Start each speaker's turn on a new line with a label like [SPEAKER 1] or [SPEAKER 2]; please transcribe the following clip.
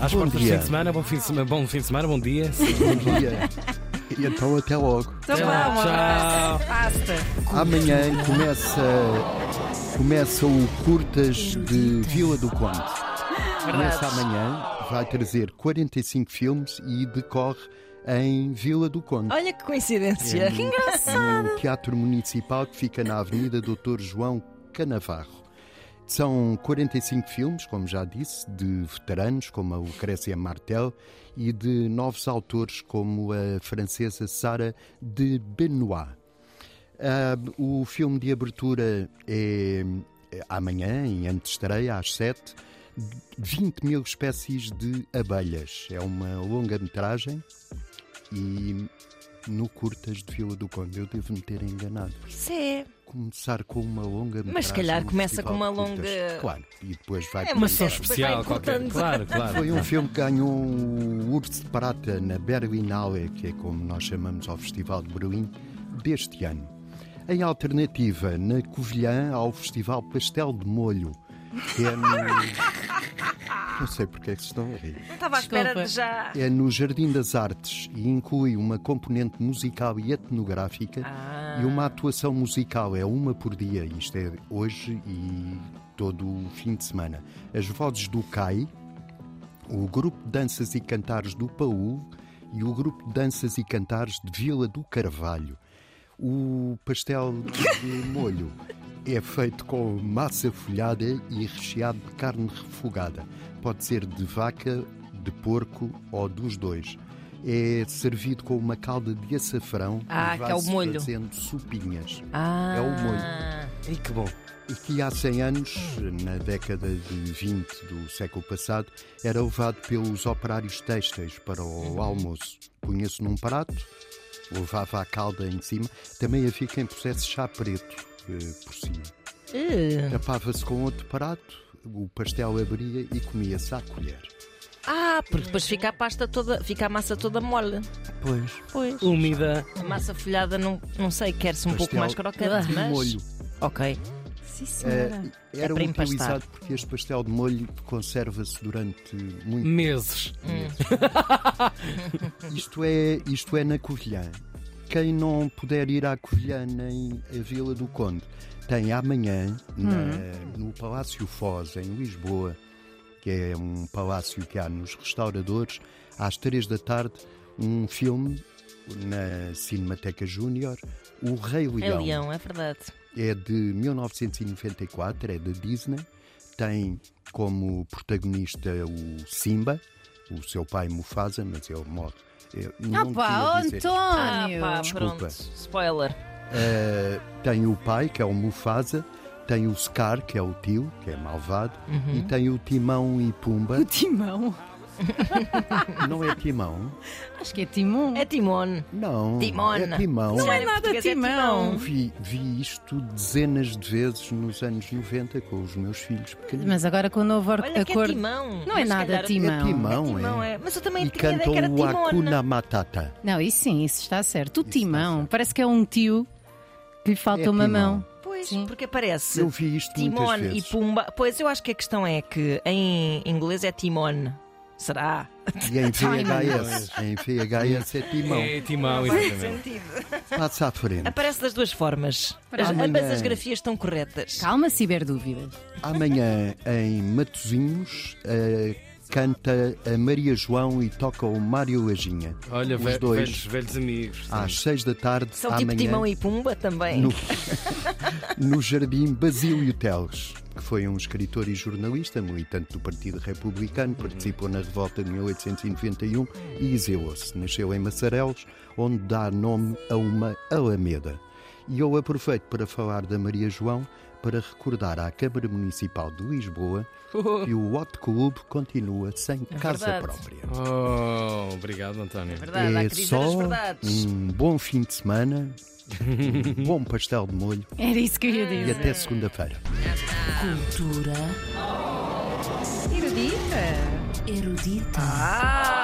[SPEAKER 1] às
[SPEAKER 2] Bom
[SPEAKER 1] portas do
[SPEAKER 2] dia.
[SPEAKER 1] fim de semana. Bom fim de semana, bom, fim de semana, bom dia.
[SPEAKER 2] Bom dia. E então até logo.
[SPEAKER 3] Então
[SPEAKER 1] Tchau,
[SPEAKER 3] vá, um
[SPEAKER 1] tchau.
[SPEAKER 3] abraço. Basta.
[SPEAKER 2] Amanhã começa, começa o Curtas de Vila do Conde. Começa amanhã, vai trazer 45 filmes e decorre em Vila do Conde.
[SPEAKER 4] Olha que
[SPEAKER 3] É,
[SPEAKER 4] coincidência. Que
[SPEAKER 2] no Teatro Municipal que fica na Avenida Dr. João Canavarro. São 45 filmes, como já disse, de veteranos como a Lucrécia Martel e de novos autores como a francesa Sara de Benoit. Ah, o filme de abertura é, é amanhã, em antestreia, às 7. 20 mil espécies de abelhas. É uma longa-metragem e no Curtas de Vila do Conde. Eu devo me ter enganado.
[SPEAKER 4] Isso é.
[SPEAKER 2] Começar com uma longa
[SPEAKER 4] Mas se calhar
[SPEAKER 2] no
[SPEAKER 4] começa
[SPEAKER 2] Festival
[SPEAKER 4] com uma
[SPEAKER 2] de Curtas.
[SPEAKER 4] longa-
[SPEAKER 2] Claro, e depois vai
[SPEAKER 4] É
[SPEAKER 2] para
[SPEAKER 4] uma
[SPEAKER 2] aí.
[SPEAKER 4] sessão
[SPEAKER 1] Depois especial
[SPEAKER 4] vai
[SPEAKER 1] qualquer.
[SPEAKER 4] cortando.
[SPEAKER 1] Claro, claro.
[SPEAKER 2] Foi um filme que ganhou o Urso de Prata na Berlinale, que é como nós chamamos ao Festival de Berlim, deste ano. Em alternativa, na Covilhã, ao Festival Pastel de Molho, que é no... Não sei porque é que se estão a rir.
[SPEAKER 3] Não estava à espera
[SPEAKER 4] Desculpa.
[SPEAKER 3] de já.
[SPEAKER 2] É no Jardim das Artes e inclui uma componente musical e etnográfica e uma atuação musical. É uma por dia, isto é hoje e todo o fim de semana. As vozes do CAI, o Grupo de Danças e Cantares do Paú e o Grupo de Danças e Cantares de Vila do Carvalho. O pastel de molho é feito com massa folhada e recheado de carne refogada. Pode ser de vaca, de porco ou dos dois. É servido com uma calda de açafrão
[SPEAKER 4] Ah,
[SPEAKER 2] e
[SPEAKER 4] que é o
[SPEAKER 2] vai-se
[SPEAKER 4] molho.
[SPEAKER 2] fazendo sopinhas.
[SPEAKER 4] Ah.
[SPEAKER 2] É o molho.
[SPEAKER 1] E que bom.
[SPEAKER 2] E que há 100 anos, na década de 20 do século passado, era levado pelos operários têxteis para o
[SPEAKER 4] Uhum.
[SPEAKER 2] almoço. Punha-se num prato, levava a calda em cima, também havia quem pusesse chá preto eh, por cima.
[SPEAKER 4] Eh.
[SPEAKER 2] Tapava-se com outro prato, o pastel abria e comia-se à colher.
[SPEAKER 4] Ah, porque depois fica a pasta toda, fica a massa toda mole.
[SPEAKER 2] Pois,
[SPEAKER 4] Pois. um
[SPEAKER 1] Úmida.
[SPEAKER 4] A massa folhada, não, não sei, quer-se um pouco
[SPEAKER 2] pastel
[SPEAKER 4] mais crocante,
[SPEAKER 2] de
[SPEAKER 4] mas.
[SPEAKER 2] molho.
[SPEAKER 4] Ok.
[SPEAKER 3] Sim,
[SPEAKER 2] Eh,
[SPEAKER 3] senhora.
[SPEAKER 2] era
[SPEAKER 4] para empastar.
[SPEAKER 2] utilizado porque este pastel de molho conserva-se durante muito
[SPEAKER 1] Meses.
[SPEAKER 2] Isto é, isto é na Covilhã. Quem não puder ir à Covilhã nem à Vila do Conde, tem amanhã na- no Palácio Foz, em Lisboa, que é um palácio que há nos restauradores, às três da tarde, um filme na Cinemateca Júnior, O Rei
[SPEAKER 4] É
[SPEAKER 2] Leão.
[SPEAKER 4] leão, é verdade.
[SPEAKER 2] É de 1994, é da Disney. Tem como protagonista o Simba, o seu pai Mufasa, mas ele morre. Eu
[SPEAKER 3] Ah,
[SPEAKER 2] não
[SPEAKER 3] pá,
[SPEAKER 2] queria dizer.
[SPEAKER 4] Ah,
[SPEAKER 3] António!
[SPEAKER 4] pá,
[SPEAKER 2] Desculpa.
[SPEAKER 4] pronto. Spoiler.
[SPEAKER 2] Eh, tem o pai, que é o Mufasa, tem o Scar, que é o tio, que é malvado,
[SPEAKER 3] Uhum.
[SPEAKER 2] e tem o Timão e Pumba.
[SPEAKER 3] O timão.
[SPEAKER 2] Não é Timão?
[SPEAKER 3] Acho que é timão.
[SPEAKER 4] É Timon.
[SPEAKER 2] Não.
[SPEAKER 4] Timon.
[SPEAKER 2] É Timão.
[SPEAKER 3] Não é
[SPEAKER 4] Em
[SPEAKER 3] nada
[SPEAKER 4] português é
[SPEAKER 3] timão.
[SPEAKER 2] Vi, vi isto dezenas de vezes nos anos 90 com os meus filhos pequeninos.
[SPEAKER 3] Mas agora com o novo or-
[SPEAKER 4] Olha que é
[SPEAKER 3] acordo.
[SPEAKER 4] Timão.
[SPEAKER 3] Não é
[SPEAKER 4] Mas se
[SPEAKER 3] nada
[SPEAKER 4] calhar-
[SPEAKER 3] timão.
[SPEAKER 2] É timão,
[SPEAKER 4] Timão é. Mas eu também
[SPEAKER 2] E
[SPEAKER 4] tinha ideia que era
[SPEAKER 2] cantam um o
[SPEAKER 4] Timon.
[SPEAKER 2] Hakuna Matata.
[SPEAKER 3] Não, isso sim, isso está certo. O
[SPEAKER 2] Isso
[SPEAKER 3] timão.
[SPEAKER 2] está certo.
[SPEAKER 3] Parece que é um tio que lhe falta
[SPEAKER 2] É
[SPEAKER 3] uma
[SPEAKER 2] timão.
[SPEAKER 3] mão.
[SPEAKER 4] Pois,
[SPEAKER 3] Sim.
[SPEAKER 4] porque aparece.
[SPEAKER 2] Eu vi isto
[SPEAKER 4] Timon
[SPEAKER 2] muitas
[SPEAKER 4] e
[SPEAKER 2] vezes.
[SPEAKER 4] Pumba. Pois eu acho que a questão é que em inglês é Timon. Será?
[SPEAKER 2] E em VHS. em VHS é timão.
[SPEAKER 1] É timão, exatamente.
[SPEAKER 2] Passa à frente.
[SPEAKER 4] Aparece das duas formas. As,
[SPEAKER 2] Amanhã.
[SPEAKER 4] ambas as grafias estão corretas.
[SPEAKER 3] Calma, ciberdúvidas.
[SPEAKER 2] Amanhã, em Matozinhos, eh, canta a Maria João e toca o Mário Laginha.
[SPEAKER 1] Olha,
[SPEAKER 2] Os
[SPEAKER 1] ve-
[SPEAKER 2] dois. Ah,
[SPEAKER 1] velhos, velhos amigos.
[SPEAKER 2] Às seis da tarde,
[SPEAKER 4] São tipo
[SPEAKER 2] amanhã,
[SPEAKER 4] Timão e Pumba também.
[SPEAKER 2] no, no Jardim Basílio Teles, que foi um escritor e jornalista, militante do Partido Republicano, participou na revolta de 1891 e exilou-se. Nasceu em Massarelos, onde dá nome a uma alameda. E eu aproveito para falar da Maria João para recordar à Câmara Municipal de Lisboa que o Hot Club continua sem casa
[SPEAKER 4] É verdade.
[SPEAKER 2] própria.
[SPEAKER 1] Oh, obrigado, António.
[SPEAKER 4] Verdade, há
[SPEAKER 2] é
[SPEAKER 4] que dizer as
[SPEAKER 2] só
[SPEAKER 4] verdades.
[SPEAKER 2] um bom fim de semana, um bom pastel de molho
[SPEAKER 3] Era isso que eu ia
[SPEAKER 2] e
[SPEAKER 3] dizer.
[SPEAKER 4] é.
[SPEAKER 2] até segunda-feira.
[SPEAKER 5] Cultura
[SPEAKER 2] Hum.
[SPEAKER 3] Erudita.
[SPEAKER 5] erudita.
[SPEAKER 4] Ah!